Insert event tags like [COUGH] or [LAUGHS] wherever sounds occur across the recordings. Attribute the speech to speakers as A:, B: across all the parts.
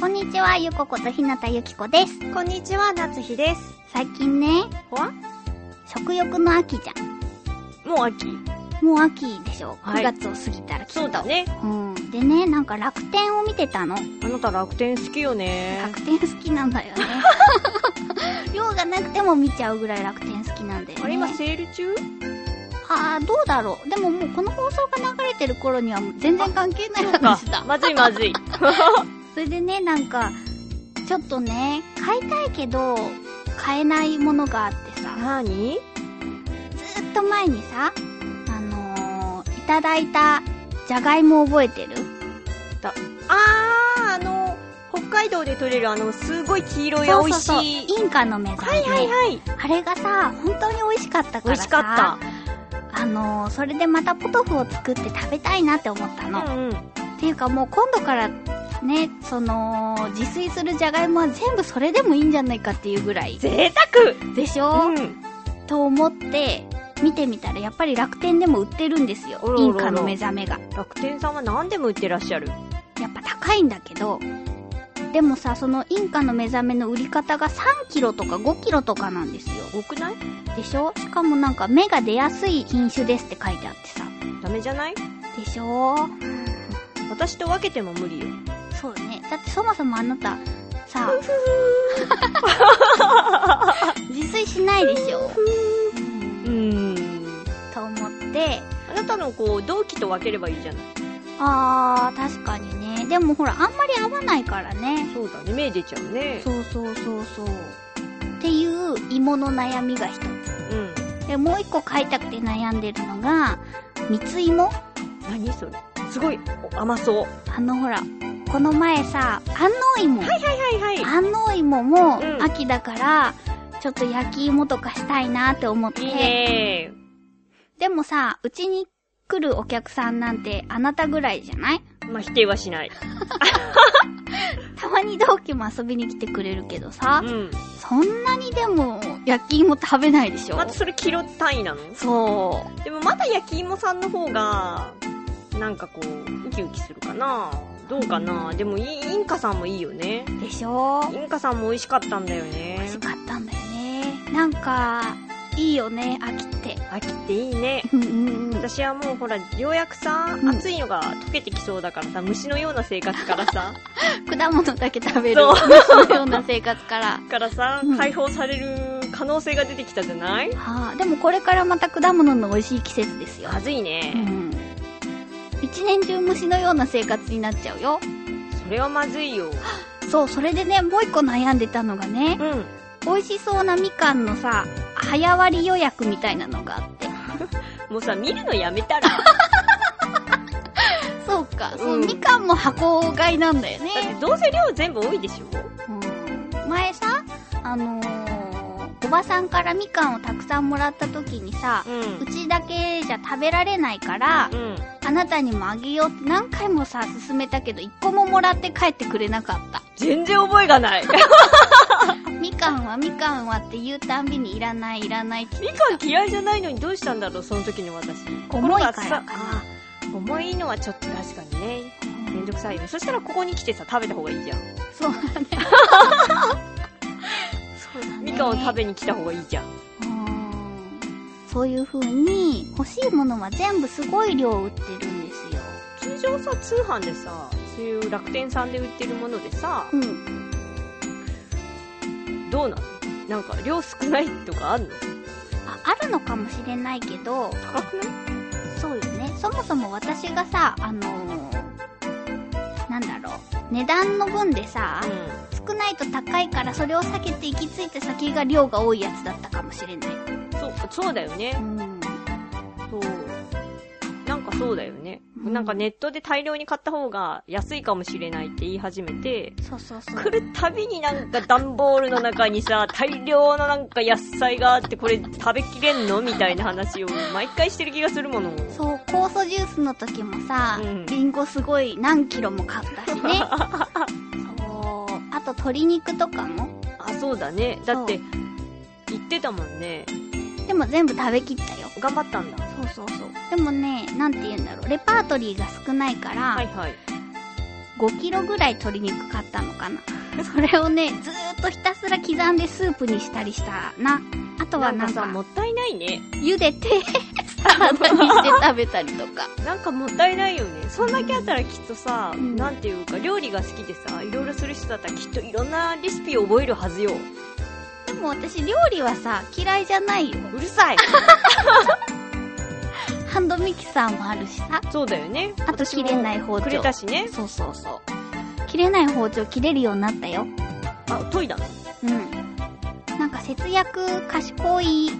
A: こんにちはゆこことひなたゆきこです
B: こんにちは、夏日です。
A: 最近ね
B: わ
A: 食欲の秋じゃん
B: もう秋。
A: もう秋でしょ、
B: はい
A: 9月を過ぎたらきっと
B: そうだね。
A: うん、でね、なんか楽天を見てたの。
B: あなた楽天好きよね。
A: 楽天好きなんだよ
B: [LAUGHS]
A: ね。量がなくても見ちゃうぐらい楽天好きなんだよ
B: あ
A: ね。
B: れ今セール [LAUGHS] 中
A: あーどうだろう。でももうこの放送が流れてる頃にはもう全然関係ない話だ。
B: まずいまずい。
A: それでね、なんか、ちょっとね、買いたいけど、買えないものがあってさ、
B: なに
A: ずーっと前にさ、あのー、いただいたじゃがいも覚えてる
B: あー、あの、北海道で採れるあの、すごい黄色い美味
A: そうそうそう
B: しい。
A: インカの目覚
B: は
A: め
B: いはいはい。
A: あれがさ、本当に美味しかったからさ。
B: 美味しか
A: あのー、それでまたポトフを作って食べたいなって思ったの。
B: った。うんうん。
A: っていうかもう今度からね、その、自炊するじゃがいもは全部それでもいいんじゃないかっていうぐらい。
B: 贅
A: でし
B: 沢
A: ょ、
B: ん。
A: と思って、見てみたらやっぱり楽天でも売ってるんですよ。
B: おろおろ
A: イ
B: お
A: ン
B: ろ
A: カの目覚めが。
B: 楽天さんは何でも売ってらっしゃる。
A: やっぱ高いんだけど、でもさ、そのインカの目覚めの売り方が3キロとか5キロとかなんですよ。
B: 多くない
A: でしょしかもなんか芽が出やすい品種ですって書いてあってさ。
B: ダメじゃない
A: でしょ
B: 私と分けても無理よ。
A: そうね。だってそもそもあなた、 [LAUGHS] さ、自炊しないでしょ。
B: うーん。
A: と思って、
B: あなたのこう、同期と分ければいいじゃない。
A: あー、確かにね。でもほら、あんまり合わないからね。
B: そうだね。目出ちゃうね。
A: そうそうそうそう。っていう芋の悩みが一つ。
B: うん。
A: で、もう一個買いたくて悩んでるのが、三つ芋
B: 何それすごいお甘そう。
A: あのほら、この前さ、安納芋。
B: はいはいは
A: 安納芋も
B: うん
A: 秋だから、ちょっと焼き芋とかしたいなって思って。
B: いいね
A: でもさ、うちに来るお客さんなんてあなたぐらいじゃない
B: まあ、否定はしない。
A: たまに同期も遊びに来てくれるけどさ
B: う、ん。
A: そんなにでも焼き芋食べないでしょ、
B: またそれキロ単位なの
A: そ
B: でもまだ焼き芋さんの方が、なんかこう、ウキウキするかなどうかなでもいい、インカさんもいいよね。
A: う。でしょ
B: インカさんも美味しかったんだよね
A: 美味。しかったんだよね。なんか、いいよね、秋って。
B: 秋っていいね。
A: うんうんうん。
B: 私はもうほら、ようやくさ、
A: うん
B: 暑いのが溶けてきそうだからさ、虫のような生活から [LAUGHS] さ、
A: 果物だけ食べる、 [LAUGHS]
B: そう
A: 虫のような生活から。
B: からさ
A: うん、
B: 解放される可能性が出てきたじゃない
A: はあ、でもこれからまた果物の美味しい季節ですよ。
B: まずいうね。
A: ん。一年中虫のような生活になっちゃうよ。
B: それはまずいよ。
A: そう、それでね、もう一個悩んでたのがね
B: う、ん。
A: 美味しそうなみかんのさ、早割り予約みたいなのがあって。
B: もうさ、見るのやめたら。 [LAUGHS]
A: そうか、そう
B: うん
A: みかんも箱買いなんだよ
B: だって
A: ね。
B: どうせ量全部多いでしょ
A: うん、前さ、あのー、おばさんからみかんをたくさんもらった時にさ、
B: うん。
A: うちだけじゃ食べられないから、
B: うん。
A: あなたにもあげようって何回もさ、勧めたけど、一個ももらって帰ってくれなかった。
B: 全然覚えが [LAUGHS] ない。
A: みかんはみかんはって言うたんびにいらないいらないって
B: みかん嫌いじゃないのにどうしたんだろう、その時の私。
A: 重いからか
B: 心がさあー重いのはちょっと確かにね。めんどくさいよ。そしたらここに来てさ、食べた方がいいじゃん。
A: そうだね。そうだね。
B: みかんを食
A: べ
B: べに来た方がいいじゃん。
A: そういう風に、欲しいものは全部すごい量売ってるんですよ。
B: 通常さ、通販でさ、そういう楽天さんで売ってるものでさ、
A: うん。
B: どうなのなんか量少ないとかあんの
A: あ、あるのかもしれないけど、
B: 高くない
A: そうよね。そもそも私がさ、あのー、なんだろう。値段の分でさ、少ないと高いからそれを避けて行き着いた先が量が多いやつだったかもしれない。
B: うん。そう、そうだよね
A: う。ん。
B: そう。そうだよね。
A: うん
B: なんかネットで大量に買った方が安いかもしれないって言い始めて、
A: そうそうそう。
B: 来るたびになんか段ボールの中にさ、大量のなんか野菜があってこれ食べきれんのみたいな話を毎回してる気がするもの。
A: そう、酵素ジュースの時もさ、
B: うん
A: りんごすごい何キロも買ったし [LAUGHS] ね。そう。あと鶏肉とかも。
B: あ、そうだね。だって、言ってたもんね。
A: でも全部食べきったよ。
B: 頑張ったんだ。
A: そうそうそう。でもね、なんて言うんだろう。レパートリーが少ないから、
B: はいはい。
A: 5キロぐらい鶏肉買ったのかな。 [LAUGHS] それをね、ずーっとひたすら刻んでスープにしたりしたな。あとは
B: なん
A: な
B: か
A: ん
B: さ、も
A: か、
B: ったいないね。
A: 茹で [LAUGHS] て、サラダにして食べたりとか。
B: なんかもったいないよね。そんだけあったらきっとさ、
A: うん
B: なんていうか、料理が好きでさ、いろいろする人だったらきっといろんなレシピを覚えるはずよ。
A: でも私料理はさ、嫌いじゃないよ。
B: うるさい
A: [LAUGHS] ハンドミキサーもあるしさ。
B: そうだよね。
A: あと切れない包丁
B: くれたしね。
A: そうそうそう。切れない包丁切れるようになったよ。
B: あ、研いだの
A: うん。なんか節約、賢い、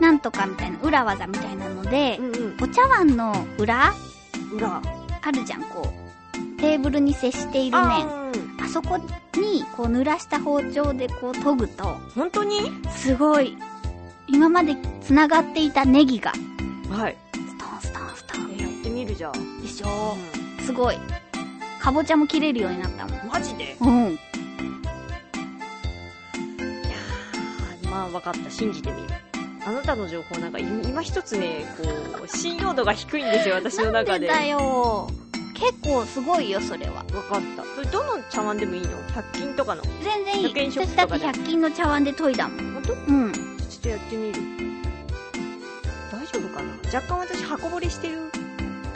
A: なんとかみたいな、裏技みたいなので、
B: んうん。
A: お茶碗の裏
B: 裏。
A: あるじゃん、こう。テーブルに接している面。
B: あー
A: あそこに、こう、濡らした包丁でこう、研ぐと、
B: 本当に
A: すごい、今まで繋がっていたネギが、
B: はい。
A: ストンストンストン。
B: えやってみるじゃん。
A: でしょすごい。かぼちゃも切れるようになったも
B: マジで
A: ん。うん。
B: あまあ、わかった。信じてみる。あなたの情報なんか、い今一つね、こう、信用度が低いんですよ、私の
A: な
B: 中
A: ん
B: で。
A: でだよ。結構すごいよ、それは。
B: わかった。それどの茶碗でもいいの ?100 均とかの。
A: 全然いい。
B: 100円ショッ
A: 私
B: プ
A: だ
B: と
A: って
B: かで
A: 100均の茶碗で研いだもん。
B: 本当
A: うん。
B: ちょっとやってみる。大丈夫かな若干私、箱ぼれしてる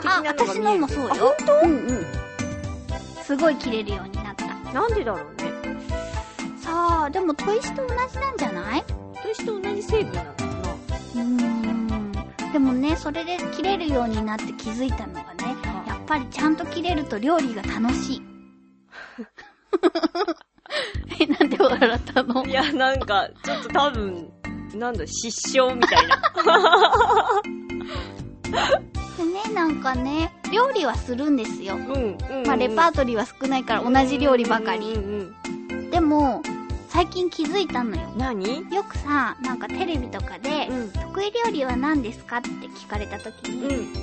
B: 的
A: あ、
B: なのが
A: 私
B: 見える。
A: のもそうよ。本当うんうん。すごい切れるようになった。
B: あなんでだろうね。
A: さあ、でも砥石と同じなんじゃない
B: 私と同じ成分なのか
A: うーん。でもね、それで切れるようになって気づいたのがね、
B: な
A: やっぱりちゃんと切れると料理が楽しい。 [LAUGHS] え、なんで笑ったの
B: いや、なんか、ちょっと多分、なんだ、失笑みたい
A: [LAUGHS]
B: な。
A: でね、なんかね、料理はするんですよ。
B: うん、うん。
A: まあ、レパートリーは少ないから同じ料理ばか
B: うん
A: り。
B: うんうん
A: でも、最近気づいたのよ。
B: 何
A: よくさ、なんかテレビとかで、
B: うん。
A: 得意料理は何ですかって聞かれた時
B: う
A: に、
B: ん。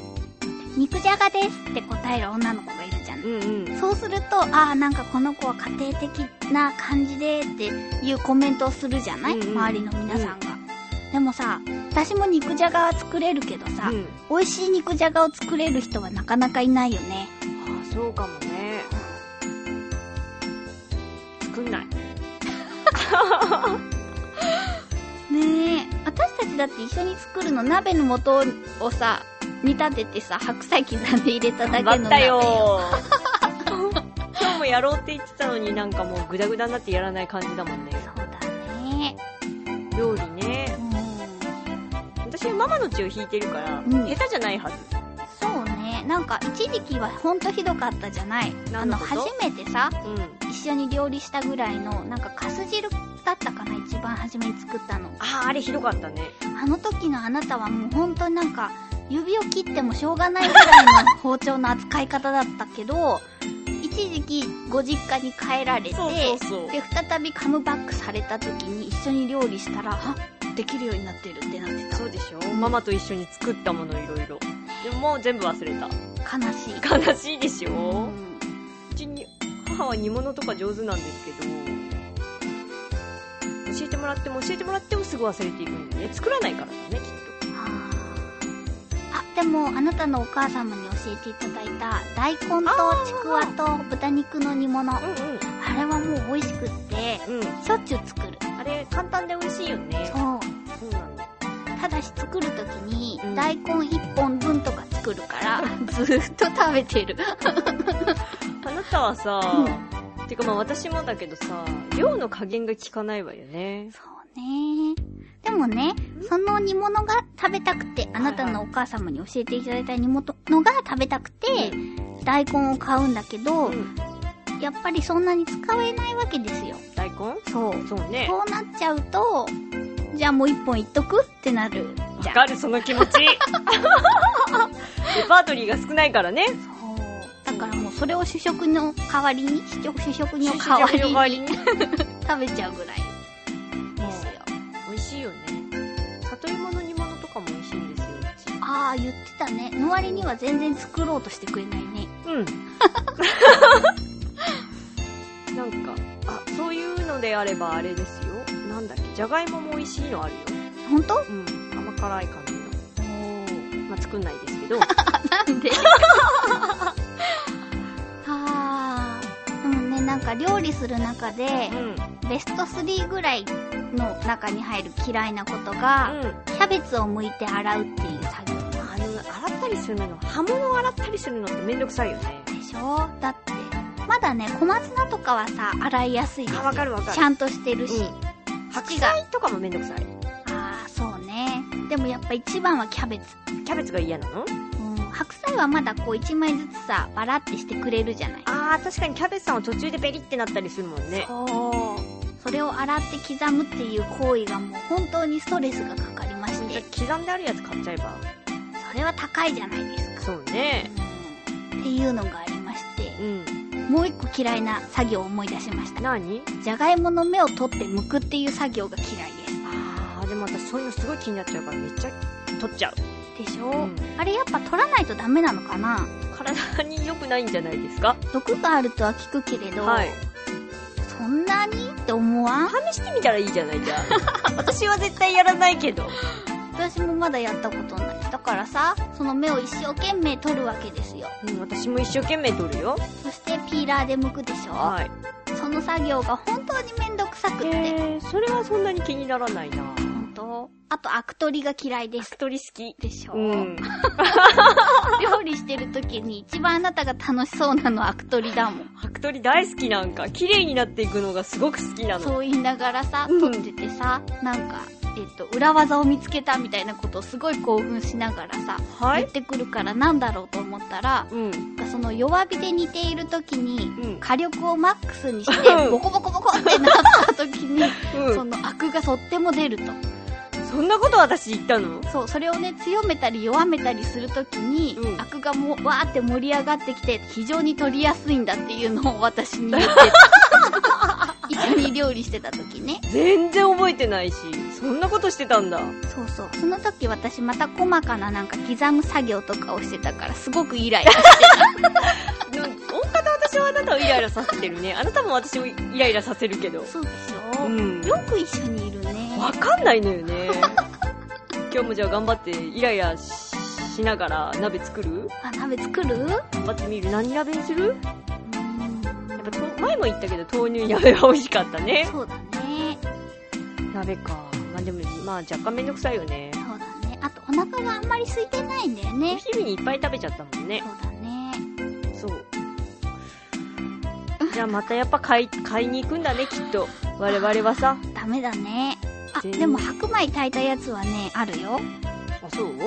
A: 肉じゃがですって答える女の子がいるじゃん。
B: うんうん。
A: そうすると、ああ、なんかこの子は家庭的な感じでっていうコメントをするじゃない、
B: うんうん
A: 周りの皆さんが。でもさ、私も肉じゃがは作れるけどさ、
B: うん。
A: 美味しい肉じゃがを作れる人はなかなかいないよね。
B: ああ、そうかもね。作んない。
A: ねえ、私たちだって一緒に作るの鍋の素をさ、煮立ててさ、白菜刻んで入れただけの
B: 頑張っ
A: 鍋
B: たよ [LAUGHS] ー今日もやろうって言ってたのになんかもうグダグダになってやらない感じだもんね
A: そうだね。
B: 料理ね
A: うん
B: 私ママの血を引いてるから、
A: ん
B: 下手じゃないはず
A: そうね。なんか、一時期はほんとひどかったじゃない。あ
B: 何
A: の、
B: のこと
A: 初めてさ、
B: うん
A: 一緒に料理したぐらいの、なんか、かす汁だったかな、一番初めに作ったの。
B: あああれひどかったね
A: あの時のあなたはもうほんとになんか、指を切ってもしょうがないぐらいの包丁の扱い方だったけど、一時期ご実家に帰られて、
B: そうそうそう
A: で、再びカムバックされた時に一緒に料理したら、あできるようになってるってなってた。
B: そうでしょママと一緒に作ったものいろいろでももう全部忘れ
A: 悲しい。
B: た悲しいでし
A: う
B: ょ
A: ん
B: うちに母は煮物とか上手なんですけど教えてもらっても教えてもらってもすぐ忘れていくんだよね作らないからだねきっと
A: あ、でも、あなたのお母様に教えていただいた、大根とちくわと豚肉の煮物。あ
B: う
A: れはもう美味しくって、
B: んうんうん
A: しょっちゅう作る。
B: あれ、簡単で美味しいよね。
A: そう。
B: そうなんだ。
A: ただし作るときに
B: う、ん
A: 大根1本分とか作るから、ずーっと食べてる。
B: あなたはさ、てかまあ私もだけどさ、量の加減が効かないわよね。
A: そうね。でもね、その煮物が食べたくて、あなたのお母様に教えていただいた煮物が食べたくて、大根を買うんだけど、
B: うん
A: やっぱりそんなに使えないわけですよ。
B: 大根
A: そう。
B: そうね。
A: そうなっちゃうと、じゃあもう一本いっとくってなるじゃ
B: わ
A: ん
B: かる、その気持ち。 [LAUGHS] レパートリーが少ないからね。
A: そうだからもうそれを主食の代わりに主食主食の
B: 主
A: 代わ
B: 食の代わ
A: り
B: り
A: に
B: に。
A: 食べちゃうぐらいですよ
B: 美味しいよね。里芋の煮物とかも美味しいんですよ、
A: ああ言ってたねの割には全然作ろうとしてくれないね
B: うち。うん。 [LAUGHS] なんか、あ、そういうのであればあれですよ。なんだっけ、じゃがいもも美味しいのあるよ。
A: 本当
B: うん。甘辛い感じの。まあ、作んないですけど。
A: なん
B: [LAUGHS]
A: であーでもねなんか料理する中で
B: うん。
A: ベスト3ぐらいの中に入る嫌いなことが、
B: うん。
A: キャベツを剥いて洗うっていう作業
B: あの、洗ったりするの、刃物を洗ったりするのってめんどくさいよね。
A: でしょだってまだね小松菜とかはさ洗いやすいですよ
B: あわかるわかる
A: ちゃんとしてるし、
B: うん。白菜とかもめんどくさい。
A: ああそうねでもやっぱ一番はキャベツ、
B: キャベツが嫌なの
A: うん、白菜はまだこう一枚ずつさバラってしてくれるじゃない
B: あー、確かにキャベツさんは途中でペリってなったりするもんね。
A: そうそれを洗って刻むっていう行為がもう本当にストレスがかかりまし
B: じゃ
A: て
B: あ刻んであるやつ買っちゃえば。
A: それは高いじゃないですか、
B: そうね。
A: うん、っていうのがありまして
B: うん。
A: もう一個嫌いな作業を思い出しました
B: 何
A: じゃがいもの芽を取って剥くっていう作業が嫌いです
B: あー、でも私そういうのすごい気になっちゃうからめっちゃ取っちゃう。
A: でしょ、
B: うん
A: あれやっぱ取らないとダメなのかな
B: 体に良くないんじゃないですか
A: 毒があるとは聞くけれど、
B: はい。
A: そんなにって思わん
B: 試してみたらいいじゃないじゃあ [LAUGHS] 私は絶対やらないけど。
A: 私もまだやったことないだからさその芽を一生懸命取るわけですよ
B: うん、私も一生懸命取るよ。
A: そしてピーラーで剥くでしょ、
B: はい。
A: その作業が本当にめんどくさくって、
B: えー、それはそんなに気にならないな。
A: 本当あとアク取りが嫌いです
B: 取り好き。
A: でしょ、
B: うん。
A: [LAUGHS] 料理してる時に一番あなたが楽しそうなのはアク取りだもん
B: 白鳥大好きなんか、綺麗になっていくのがすごく好きなの。
A: そう言いながらさ、
B: うん
A: 撮っててさ、なんか、えっと、裏技を見つけたみたいなことをすごい興奮しながらさ、
B: は
A: 言ってくるからなんだろうと思ったら、
B: うん。
A: その弱火で煮ている時に、
B: うん。
A: 火力をマックスにして、
B: うん
A: ボコボコボコってなった時に、
B: う
A: そ
B: ん。
A: のアクがとっても出ると。
B: そんなこと私言ったの
A: そう、それをね、強めたり弱めたりする時に、
B: うん
A: アクがもう、わーって盛り上がってきて、非常に取りやすいんだっていうのを私に言 [LAUGHS] ってた。一緒に料理してた時ね。
B: 全然覚えてないし、そんなことしてたんだ。
A: そうそう。その時私また細かななんか刻む作業とかをしてたから、すごくイライラして
B: でも、大方私はあなたをイライラさせてるね。あなたも私をイライラさせるけど
A: た。。そうでし
B: う
A: ょ、
B: ん。
A: よく一緒にいるね。
B: わかんないのよ [LAUGHS] ね。今日もじゃあ頑張ってイライラししながら鍋作る
A: あ、鍋作るう
B: 頑張ってみる何鍋にするやっぱ
A: ー
B: と前も言ったけど豆乳鍋は美味しかった
A: ん。
B: ね。
A: そうだね。
B: 鍋か。まあでも、まあ若干めんどくさいよね。
A: そうだね。あとお腹があんまり空いてないんだよ
B: お
A: ね。
B: 昼にいっぱい食べちゃったもんね
A: そ。うだね。
B: そう。じゃあまたやっぱ買い、買いに行くんだね、きっと。我々はさ。
A: ダメだね。あ、
B: 全
A: でも白米炊いたやつはね、あるよ。
B: あ、そう
A: うん。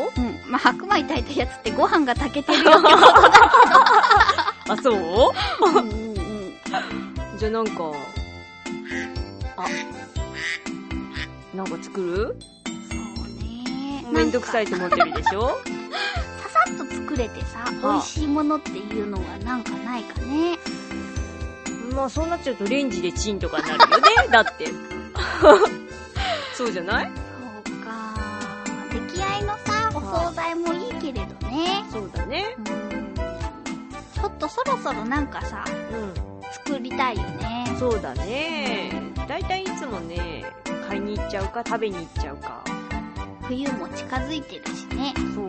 A: まあ、白米炊いたやつってご飯が炊けてるよ。
B: あ、そう
A: [LAUGHS] うんうんうん。
B: じゃあなんか、あ、なんか作る
A: そうね。
B: めんどくさいと思ってるでし [LAUGHS] ょ
A: ささっと作れてさ、美味しいものっていうのはなんかないかね。
B: まあそうなっちゃうとレンジでチンとかになるよね。だって。 [LAUGHS] そうじゃない
A: そうか。出来合いのさ、お惣菜もいいけれどね。
B: そうだね。
A: うん。ちょっとそろそろなんかさ、
B: う
A: 作りたいよね。
B: ん。そうだね。だいたいいつもね、買いに行っちゃうか食べに行っちゃうか。
A: 冬も近づいてるしね。
B: そう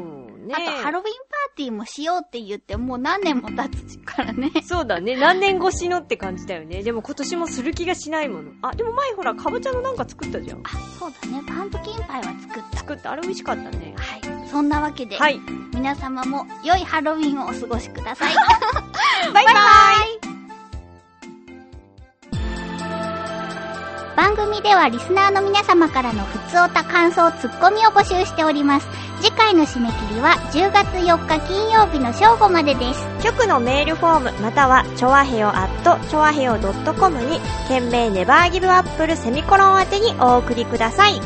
B: ね。
A: あとハロウィンパーティーもしようって言ってもう何年も経つからね。
B: そうだね。何年越しのって感じだよね。でも今年もする気がしないもの。あ、でも前ほら、かぼちゃのなんか作ったじゃん。
A: あ、そうだね。パンプキンパイは作った。
B: 作った。あれ美味しかったね。
A: はい。そんなわけで、
B: はい。
A: 皆様も良いハロウィンをお過ごしください。 [LAUGHS]
B: バイバイ
A: 番組ではリスナーの皆様からのふつおた感想、ツッコミを募集しております。次回の締め切りは10月4日金曜日の正午までです。
C: 局のメールフォームまたはチョアヘオアットチョアヘオ .com に件名ネバーギブアップルセミコロン宛てにお送りください